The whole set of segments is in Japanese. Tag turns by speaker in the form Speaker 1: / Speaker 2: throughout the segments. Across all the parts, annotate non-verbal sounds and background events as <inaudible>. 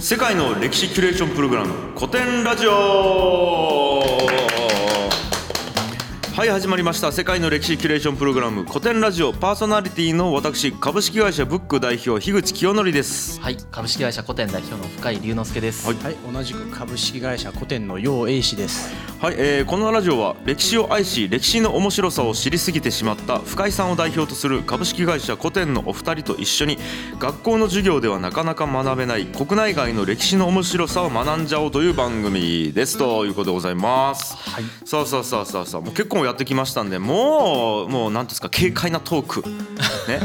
Speaker 1: 世界の歴史キュレーションプログラム「古典ラジオ」はい始まりました世界の歴史キュレーションプログラム「古典ラジオ」パーソナリティの私株式会社ブック代表樋口清則です
Speaker 2: はい、株式会社古典代表の深井龍之介です。
Speaker 1: はい
Speaker 3: はい、同じく株式会社古典の楊英氏です。
Speaker 1: はい、えーこのラジオは歴史を愛し歴史の面白さを知りすぎてしまった深井さんを代表とする株式会社古典のお二人と一緒に学校の授業ではなかなか学べない国内外の歴史の面白さを学んじゃおうという番組ですということでございます。
Speaker 3: はい、
Speaker 1: さあさあさあさあさあもう結構やってきましたんでもうもうなんていうんですか軽快なトークね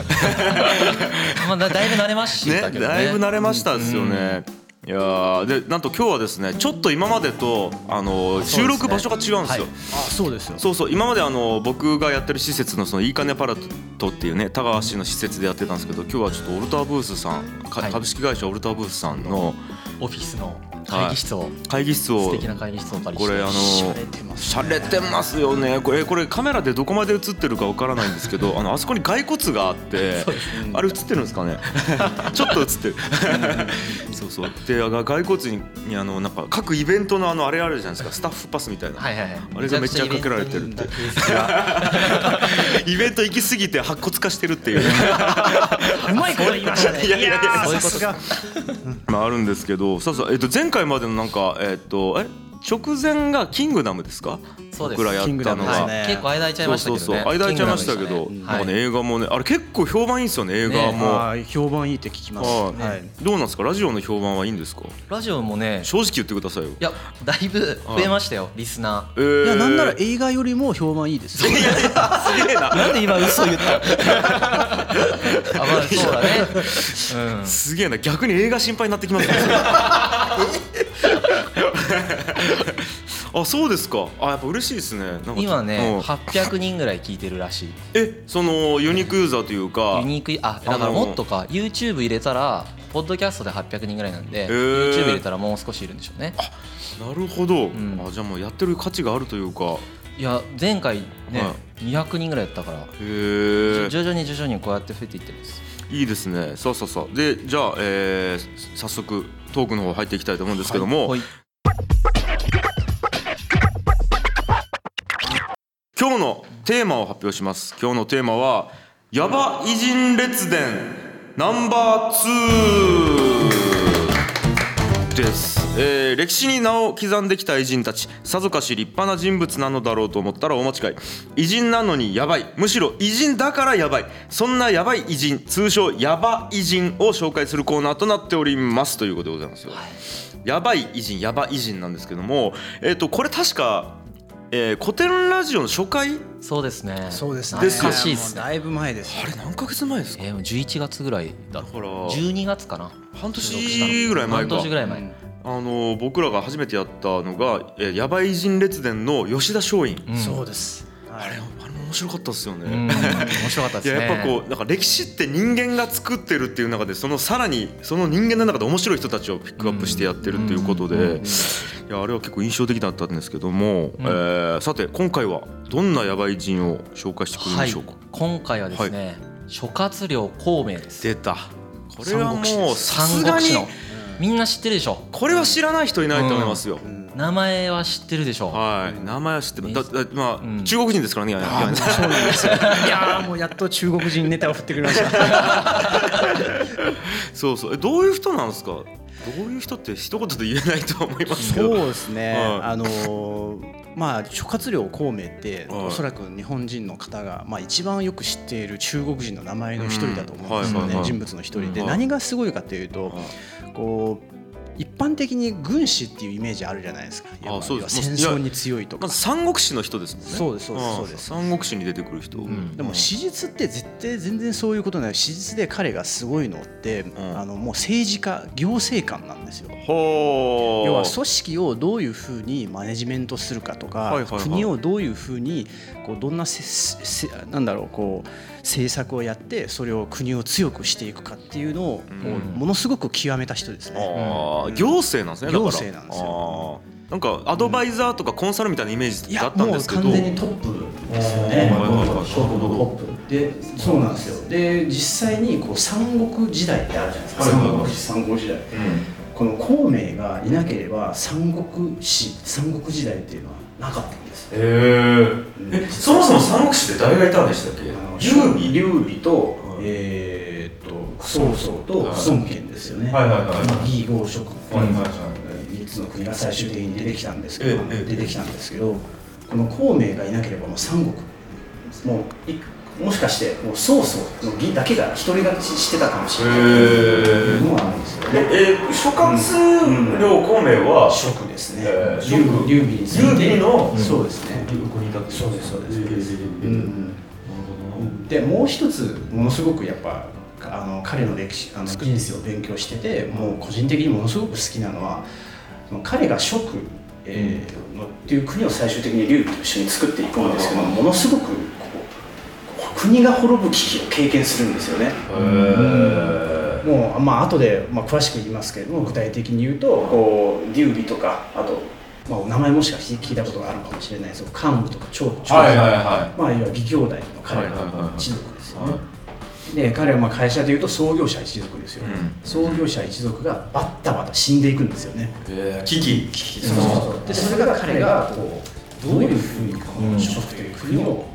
Speaker 2: まあ、だ <laughs> だいぶ慣れました
Speaker 1: ね
Speaker 2: けどね。
Speaker 1: だいぶ慣れましたですよね。いやーでなんと今日はですねちょっと今までとあのー
Speaker 2: そうですね
Speaker 1: 収録場所が違うんですよ。
Speaker 2: はい
Speaker 3: あ、そうですよ。
Speaker 1: そうそう今まであの僕がやってる施設のそのいいかねパラトっていうね田川市の施設でやってたんですけど今日はちょっとオルターブースさん、か
Speaker 2: はい
Speaker 1: 株式会社オルターブースさんの
Speaker 2: オフィスの会議室を、
Speaker 1: 会議室
Speaker 2: 素
Speaker 1: を
Speaker 2: 敵な会議室をお借り
Speaker 1: こ
Speaker 2: して。
Speaker 1: れあの
Speaker 3: 洒落てます
Speaker 1: 洒落てますよねこれこれカメラでどこまで映ってるかわからないんですけ
Speaker 2: <laughs>
Speaker 1: どあのあそこに骸骨があってあれ映ってるんですかねちょっと映ってるそうそうであが骸骨ににあのなんか各イベントのあのあれあるじゃないですかスタッフパスみたいな、
Speaker 2: はいはいはい。
Speaker 1: あれがめっちゃかけられてるって <laughs> イベント行き過ぎて白骨化してるっていうね
Speaker 2: うまいこと言いましたね。
Speaker 1: いやいやいやいや
Speaker 2: そういうことが。
Speaker 1: まああるんですけど、そうそう、えっと前回までのなんかえっとえ直前がキングダムですか？
Speaker 2: そうです
Speaker 1: 僕らやった
Speaker 3: キングダ
Speaker 1: の
Speaker 3: ムです
Speaker 1: が。
Speaker 3: ね
Speaker 2: はい、結構間空いちゃい
Speaker 1: そ
Speaker 2: ま
Speaker 1: う
Speaker 2: した
Speaker 1: そ
Speaker 2: け
Speaker 1: う
Speaker 2: ど
Speaker 1: そう、
Speaker 2: ね。
Speaker 1: 間空いちゃいましたけど、
Speaker 2: キ
Speaker 1: な
Speaker 2: ング
Speaker 1: ん
Speaker 2: ダム
Speaker 1: か
Speaker 2: で
Speaker 1: ね映画もね、あれ結構評判いいんですよね映画
Speaker 2: ね
Speaker 1: も。
Speaker 3: はい、評判いいって聞きます。
Speaker 1: はい
Speaker 3: はい、
Speaker 1: どうなんですかラジオの評判はいいんですか？
Speaker 2: はいラジオもね、
Speaker 1: 正直言ってくださいよ。
Speaker 2: いや、だいぶ増えましたよ、リスナ
Speaker 1: えー
Speaker 3: いや、なんなら映画よりも評判いいですよ。
Speaker 2: ー。なんで今嘘言
Speaker 1: <laughs>
Speaker 2: ったの。あ、まあ、そうだね。うん。
Speaker 1: すげえな逆に映画心配になってきますねあそうですかあやっぱ嬉しいですねなんか
Speaker 2: 今
Speaker 1: う
Speaker 2: ね、
Speaker 1: ん
Speaker 2: 800人ぐらい聞いてるらしい。
Speaker 1: えそのユニークユーザーというか
Speaker 2: ユニークいあだからもっとか YouTube 入れたらポッドキャストで800人ぐらいなんで、
Speaker 1: へー
Speaker 2: YouTube 入れたらもう少しいるんでしょうね
Speaker 1: なるほど、
Speaker 2: ん
Speaker 1: あじゃあもうやってる価値があるというか
Speaker 2: いや前回ね、
Speaker 1: は
Speaker 2: 200人ぐらいやったから
Speaker 1: へえ
Speaker 2: 徐々に徐々にこうやって増えていってます
Speaker 1: いいですねさあさあさあでじゃあ、えー早速トークの方入っていきたいと思うんですけども、
Speaker 2: はい
Speaker 1: 今日のテーマを発表します今日のテーマは「ヤバ偉人列伝ナンバー2」です、えー歴史に名を刻んできた偉人たちさぞかし立派な人物なのだろうと思ったら大間違い偉人なのにヤバいむしろ偉人だからヤバいそんなヤバい偉人通称ヤバ偉人を紹介するコーナーとなっておりますということでございますよ、やばい偉人やば偉人なんですけども、えっとこれ確か、えー古典ラジオの初回
Speaker 2: そうですね
Speaker 3: そうですね。
Speaker 2: 懐かしいです
Speaker 3: も
Speaker 2: ね
Speaker 3: うだいぶ前です
Speaker 1: あ
Speaker 3: よ。
Speaker 1: れ何ヶ月前ですか
Speaker 2: えー、もう11月ぐらいだ
Speaker 1: だから
Speaker 2: 12月かな
Speaker 1: 半年ぐらい前
Speaker 2: 半
Speaker 1: か
Speaker 2: 年ぐらい前、
Speaker 3: うん
Speaker 1: あのー僕らが初めてやったのが「えーやばい偉人列伝」の吉田松陰、
Speaker 2: ん
Speaker 3: そうです。は
Speaker 1: あれあ
Speaker 3: い、
Speaker 1: れも面白かったですよね、
Speaker 2: うん面白かった
Speaker 1: い
Speaker 2: です
Speaker 1: や
Speaker 2: ね
Speaker 1: やっぱこうなんか歴史って人間が作ってるっていう中でそのさらにその人間の中で面白い人たちをピックアップしてやってるっていうことで、
Speaker 2: うんうん
Speaker 1: いやあれは結構印象的だったんですけども、えーさて今回はどんなヤバい人を紹介してくるん
Speaker 2: は
Speaker 1: で
Speaker 2: い
Speaker 1: しょうか、
Speaker 2: 今回はですね、諸葛亮孔明です
Speaker 1: 出たこれは
Speaker 3: 三国志
Speaker 1: も
Speaker 3: で
Speaker 1: う
Speaker 3: す
Speaker 1: さすがに
Speaker 2: 三国みんな知ってるでしょ
Speaker 1: これは知らない人いないと思いますよ、
Speaker 3: うん
Speaker 2: 名前は知ってるでしょ
Speaker 1: はい名前は知ってるだだまあ、
Speaker 2: うん
Speaker 1: 中国人ですからねいやいや
Speaker 3: あもうそうなんですよ。いやー、もうやっと中国人ネタを振ってくれました。
Speaker 1: そうそうえどういう人なんですかどういう人って一言で言えないと思いますけ
Speaker 3: <laughs> そう
Speaker 1: ど
Speaker 3: ですね、
Speaker 1: はい
Speaker 3: あのーまあ諸葛亮孔明って、
Speaker 1: はい
Speaker 3: おそらく日本人の方が、まあ、一番よく知っている中国人の名前の一人だと思うんですよ
Speaker 1: うんは
Speaker 3: ね、
Speaker 1: いはいはい
Speaker 3: 人物の一人で、
Speaker 1: はい
Speaker 3: 何がすごいかというと、
Speaker 1: はい
Speaker 3: こう一般的に軍師っていうイメージあるじゃないですか
Speaker 1: あそうです
Speaker 3: 戦争に強いと
Speaker 1: ま
Speaker 3: か
Speaker 1: ず三国志の人ですもんね
Speaker 3: そうですそうです
Speaker 1: ん
Speaker 3: そうです
Speaker 1: 三国志に出てくる人、
Speaker 2: ん
Speaker 3: でも史実って絶対全然そういうことない史実で彼がすごいのって、
Speaker 1: ん
Speaker 3: あのもう政治家行政官なんですよ。
Speaker 1: ほー
Speaker 3: 要は組織をどういうふうにマネジメントするかとか、
Speaker 1: はいはいはい
Speaker 3: 国をどういうふうにこうどんなせせなんだろうこう政策をやってそれを国を強くしていくかっていうのを、
Speaker 1: ん
Speaker 3: ものすごく極めた人ですね。
Speaker 1: あー
Speaker 3: うん
Speaker 1: 行政なんですねだから
Speaker 3: 行政なんですよ
Speaker 1: あーなんかアドバイザーとかコンサルみたいなイメー
Speaker 3: い
Speaker 1: ジだ
Speaker 3: や
Speaker 1: ったん
Speaker 3: も
Speaker 1: で
Speaker 3: う
Speaker 1: すけど
Speaker 3: 完全にトップですよね。
Speaker 1: はいはいはい
Speaker 3: 小国のトップでそうなんですよ。で実際にこう三国時代ってあるじゃないですか。三国志三国時代。この孔明がいなければ三国史三国時代っていうのはなかったんです
Speaker 1: へーえそもそも三国志って誰がいたんでしたっけ劉備
Speaker 3: 劉備と
Speaker 1: はい
Speaker 3: えーっと曹操と
Speaker 1: はい
Speaker 3: 孫権ですよね
Speaker 1: はいはいはい
Speaker 3: 義合諸国
Speaker 1: はいはいはい
Speaker 3: 3つの国が最終的に出てきたんですけど
Speaker 1: ええええ
Speaker 3: 出てきたんですけどこの孔明がいなければもう三国もういもしかしてもう曹操の義だけが独り勝ちしてたかもしれないっていうのはあるんですよね
Speaker 1: ええ諸葛亮孔明は
Speaker 3: ショックですね
Speaker 1: え。ー
Speaker 3: 劉
Speaker 1: ショック
Speaker 3: 劉備について
Speaker 1: 劉備の
Speaker 3: そうですね。
Speaker 1: 国だって
Speaker 3: そうですそうです
Speaker 1: ええええ
Speaker 3: う
Speaker 1: ええ
Speaker 3: ん
Speaker 1: な
Speaker 3: う
Speaker 1: るほどなん
Speaker 3: でもう一つものすごくやっぱあの彼の歴史あの人生を勉強しててもう個人的にものすごく好きなのはその彼が諸国、えーのっていう国を最終的に劉備と一緒に作っていくんですけどものすごくこう国が滅ぶ危機を経験するんですよね。
Speaker 1: へ
Speaker 3: もう、まあ後で、まあ、詳しく言いますけれども具体的に言うとこう劉備とかあと、まあ、お名前もしかして聞いたことがあるかもしれないですけど桓武とか長
Speaker 1: え
Speaker 3: 長
Speaker 1: はいはいは
Speaker 3: まあ、いわゆる義兄弟の彼
Speaker 1: はいはいはいはい
Speaker 3: の一族ですよ
Speaker 1: は
Speaker 3: ね。で彼はまあ会社でいうと創業者一族ですよ、
Speaker 1: うん
Speaker 3: 創業者一族がバッタバタ死んでいくんですよね。
Speaker 1: いええ危機危
Speaker 3: そうそうそうでそれが彼がこうどういうふうにこの諸国という国をこ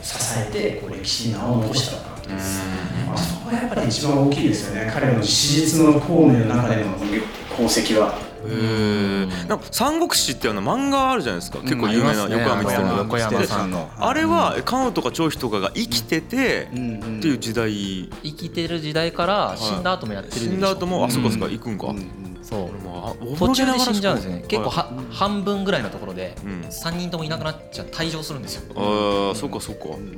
Speaker 3: う支えてこう歴史に名を残したかっていうまあ、そこがやっぱり一番大きいですよね、彼の史実の孔明の中での功績は。
Speaker 1: へえなんか三国志ってあの漫画あるじゃないですか結構有名な横山光輝
Speaker 3: ありますね
Speaker 1: の
Speaker 3: 横山さんの
Speaker 1: あれは関羽とか張飛とかが生きてて
Speaker 3: うんうん
Speaker 1: っていう時代
Speaker 2: 生きてる時代から死んだ後もやってる
Speaker 1: 死んだ後もあそこそこ行くんか
Speaker 2: そう
Speaker 1: 俺もあ
Speaker 2: 途中で死んじゃうんですよね
Speaker 1: はい
Speaker 2: 結構は半分ぐらいのところで
Speaker 1: うん
Speaker 2: 3人ともいなくなっちゃう退場するんですよ、
Speaker 1: ああそっかそっか
Speaker 2: うん、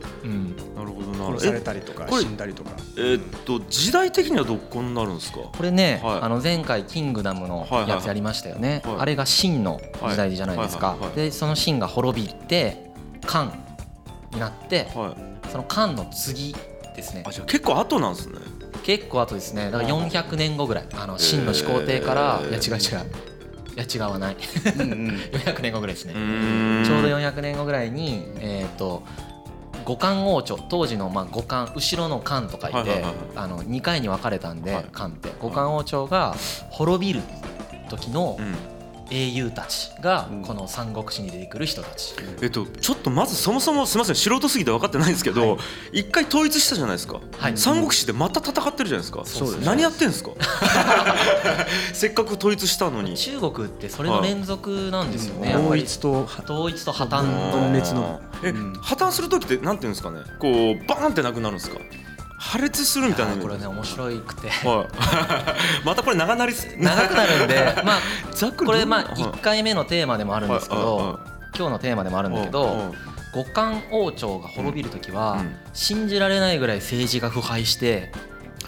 Speaker 1: なるほどな
Speaker 3: 殺されたりとか
Speaker 1: これ
Speaker 3: 死んだりとか。
Speaker 1: ええっと時代的にはどこになるんですか
Speaker 2: これね、
Speaker 1: はい
Speaker 2: あの前回「キングダム」のやつやりましたよね、
Speaker 1: はいはいはい
Speaker 2: あれが秦の時代じゃないですか、
Speaker 1: はいはいはい
Speaker 2: でその秦が滅びて漢になって
Speaker 1: はい
Speaker 2: その漢の次ですね
Speaker 1: あじゃあ結構後なんですね
Speaker 2: 結構後ですねだから400年後ぐらいあの秦の始皇帝から、
Speaker 1: えー
Speaker 2: いや違う違ういや違わない <laughs> 400年後ぐらいですね、
Speaker 1: うーん
Speaker 2: ちょうど400年後ぐらいに、えー、と五冠王朝当時のまあ五冠後ろの冠と書いて、
Speaker 1: はいはいはいはい
Speaker 2: あの2回に分かれたんで、
Speaker 1: はい
Speaker 2: 冠って五冠王朝が滅びる時の
Speaker 1: うん
Speaker 2: 英雄たちが
Speaker 3: うん
Speaker 2: この三国志に出てくる人たち、
Speaker 1: えっと、ちょっとまずそもそもすみません素人すぎて分かってないんですけど、一回統一したじゃないですか、
Speaker 2: はい
Speaker 1: 三国志でまた戦ってるじゃないですか
Speaker 2: そうです
Speaker 1: 何やってん
Speaker 2: <laughs>
Speaker 1: ですかせっかく統一したのに
Speaker 2: 中国ってそれの連続なんですよね、やっぱ
Speaker 3: 統
Speaker 2: り
Speaker 3: 一と
Speaker 2: 統一と破
Speaker 1: あ
Speaker 2: 綻
Speaker 1: ー
Speaker 2: の
Speaker 3: 分裂の
Speaker 1: え
Speaker 3: うん
Speaker 1: 破綻する時ってなんていうんですかねこうバーンってなくなるんですか破裂するみたいな
Speaker 2: あーこれね面白いくて
Speaker 1: はい <laughs> またこれ長なり
Speaker 2: 長くなる
Speaker 1: <laughs>
Speaker 2: んでまあ
Speaker 1: ざっくり
Speaker 2: これ
Speaker 1: どんな
Speaker 2: まあ1回目のテーマでもあるんですけ
Speaker 1: はいはい
Speaker 2: ど
Speaker 1: は
Speaker 2: 今日のテーマでもあるんだけ
Speaker 1: うんうん
Speaker 2: ど五冠王朝が滅びる時は
Speaker 1: うん
Speaker 2: 信じられないぐらい政治が腐敗して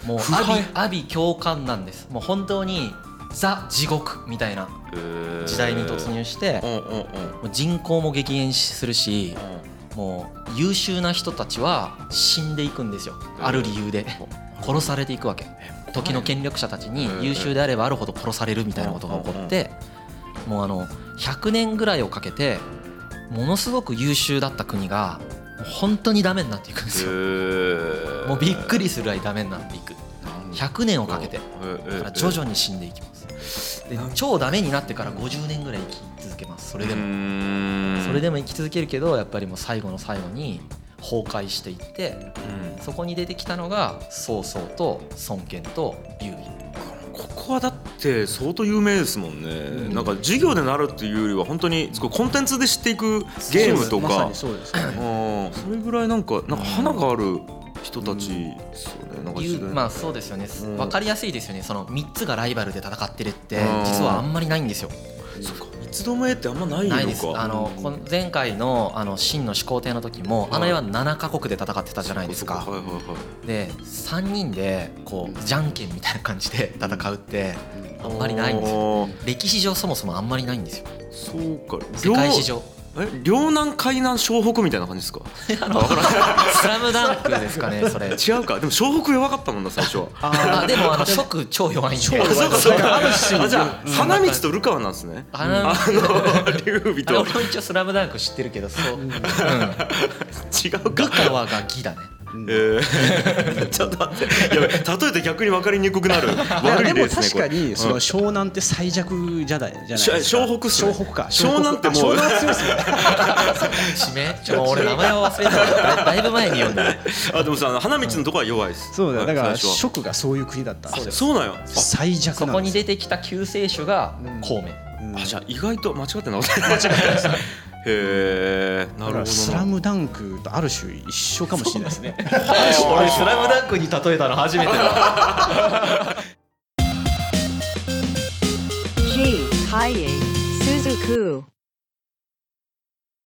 Speaker 2: もう
Speaker 1: 腐
Speaker 2: 阿
Speaker 1: 敗
Speaker 2: 鼻阿鼻共感なんですもう本当にザ地獄みたいな
Speaker 1: えー
Speaker 2: 時代に突入して
Speaker 1: うんうんうんうん
Speaker 2: もう人口も激減しするしもう優秀な人たちは死んでいくんですよある理由で殺されていくわけ時の権力者たちに優秀であればあるほど殺されるみたいなことが起こってもうあの100年ぐらいをかけてものすごく優秀だった国がもう本当にダメになっていくんですよ
Speaker 1: えー
Speaker 2: もうびっくりするぐらいダメになっていく100年をかけてだから徐々に死んでいきますで超ダメになってから50年ぐらい生き続けますそれでも
Speaker 1: も
Speaker 2: それでも生き続けるけどやっぱりもう最後の最後に崩壊していってそこに出てきたのが曹操と孫権と劉備
Speaker 1: ここはだって相当有名ですもんね、なんか授業で習うっていうよりは本当にすごいコンテンツで知っていくゲームと
Speaker 3: まさ
Speaker 1: か
Speaker 3: にそうですね。
Speaker 1: うんそれぐらいなんかなんか花がある人たちですよね、なんか
Speaker 2: 劉
Speaker 1: 時代
Speaker 2: まあそうですよね
Speaker 1: うん
Speaker 2: 分かりやすいですよねその3つがライバルで戦ってるって
Speaker 1: うん
Speaker 2: 実はあんまりないんですよ
Speaker 1: そっか三つどもえってあんまないのか
Speaker 2: ないですあのこの前回のあの秦の始皇帝の時も
Speaker 1: はい
Speaker 2: あの絵は7カ国で戦ってたじゃないです
Speaker 1: そ
Speaker 2: か
Speaker 1: っはいはいはい
Speaker 2: で3人でこうじゃんけんみたいな感じで戦うってあんまりないんですよ
Speaker 1: よ
Speaker 2: 歴史上そもそもあんまりないんですよ
Speaker 1: そうか
Speaker 2: 世界史上
Speaker 1: え両南海南湘北みたいな感じですか
Speaker 2: あのスラムダンクですかねそれ
Speaker 1: 違うかでも湘北弱かったもんな最初は
Speaker 2: あでもあの食超弱いんで
Speaker 1: あそうかそうかあじゃあ
Speaker 2: うん
Speaker 1: 花道と流川なんですね
Speaker 2: あの
Speaker 1: あの劉備
Speaker 2: あれ
Speaker 1: と
Speaker 2: 俺も一応「スラムダンク知ってるけどそう、うん、ル
Speaker 1: 違うか
Speaker 2: カワが義だね
Speaker 1: えーちょっと待ってやばい例えて逆に分かりにくくなる
Speaker 4: いや
Speaker 1: 悪い例
Speaker 4: でも
Speaker 1: ですね
Speaker 4: 確
Speaker 1: これ
Speaker 4: かにその湘南って最弱じゃないじゃないですか。
Speaker 1: 湘湘北っすね
Speaker 4: 湘北か。
Speaker 1: 湘南ってもう
Speaker 4: あ湘南強いっすね。
Speaker 2: 指名ちょもう俺名前は忘れただいだいぶ前に読んだ
Speaker 1: <laughs> あでもさあの花道のとこは弱いです
Speaker 4: そうだよ。だから
Speaker 1: 最初は
Speaker 4: 蜀がそういう国だったんです
Speaker 1: あ
Speaker 4: よ。
Speaker 1: そうなんや
Speaker 4: 最弱
Speaker 2: そ
Speaker 4: な
Speaker 2: こ
Speaker 4: んで
Speaker 2: に
Speaker 4: すよ。
Speaker 2: 出てきた救世主が孔明、
Speaker 4: うん
Speaker 1: あじゃあ意外と間違ってなかった間違ってないですねへえなる
Speaker 4: だか
Speaker 1: ほど
Speaker 4: らス
Speaker 1: な
Speaker 4: ラムダンクとある種一緒かもしれないですね。
Speaker 2: 俺スラムダンクに例えたの初めてだ
Speaker 5: G. Kaye, Suzuku.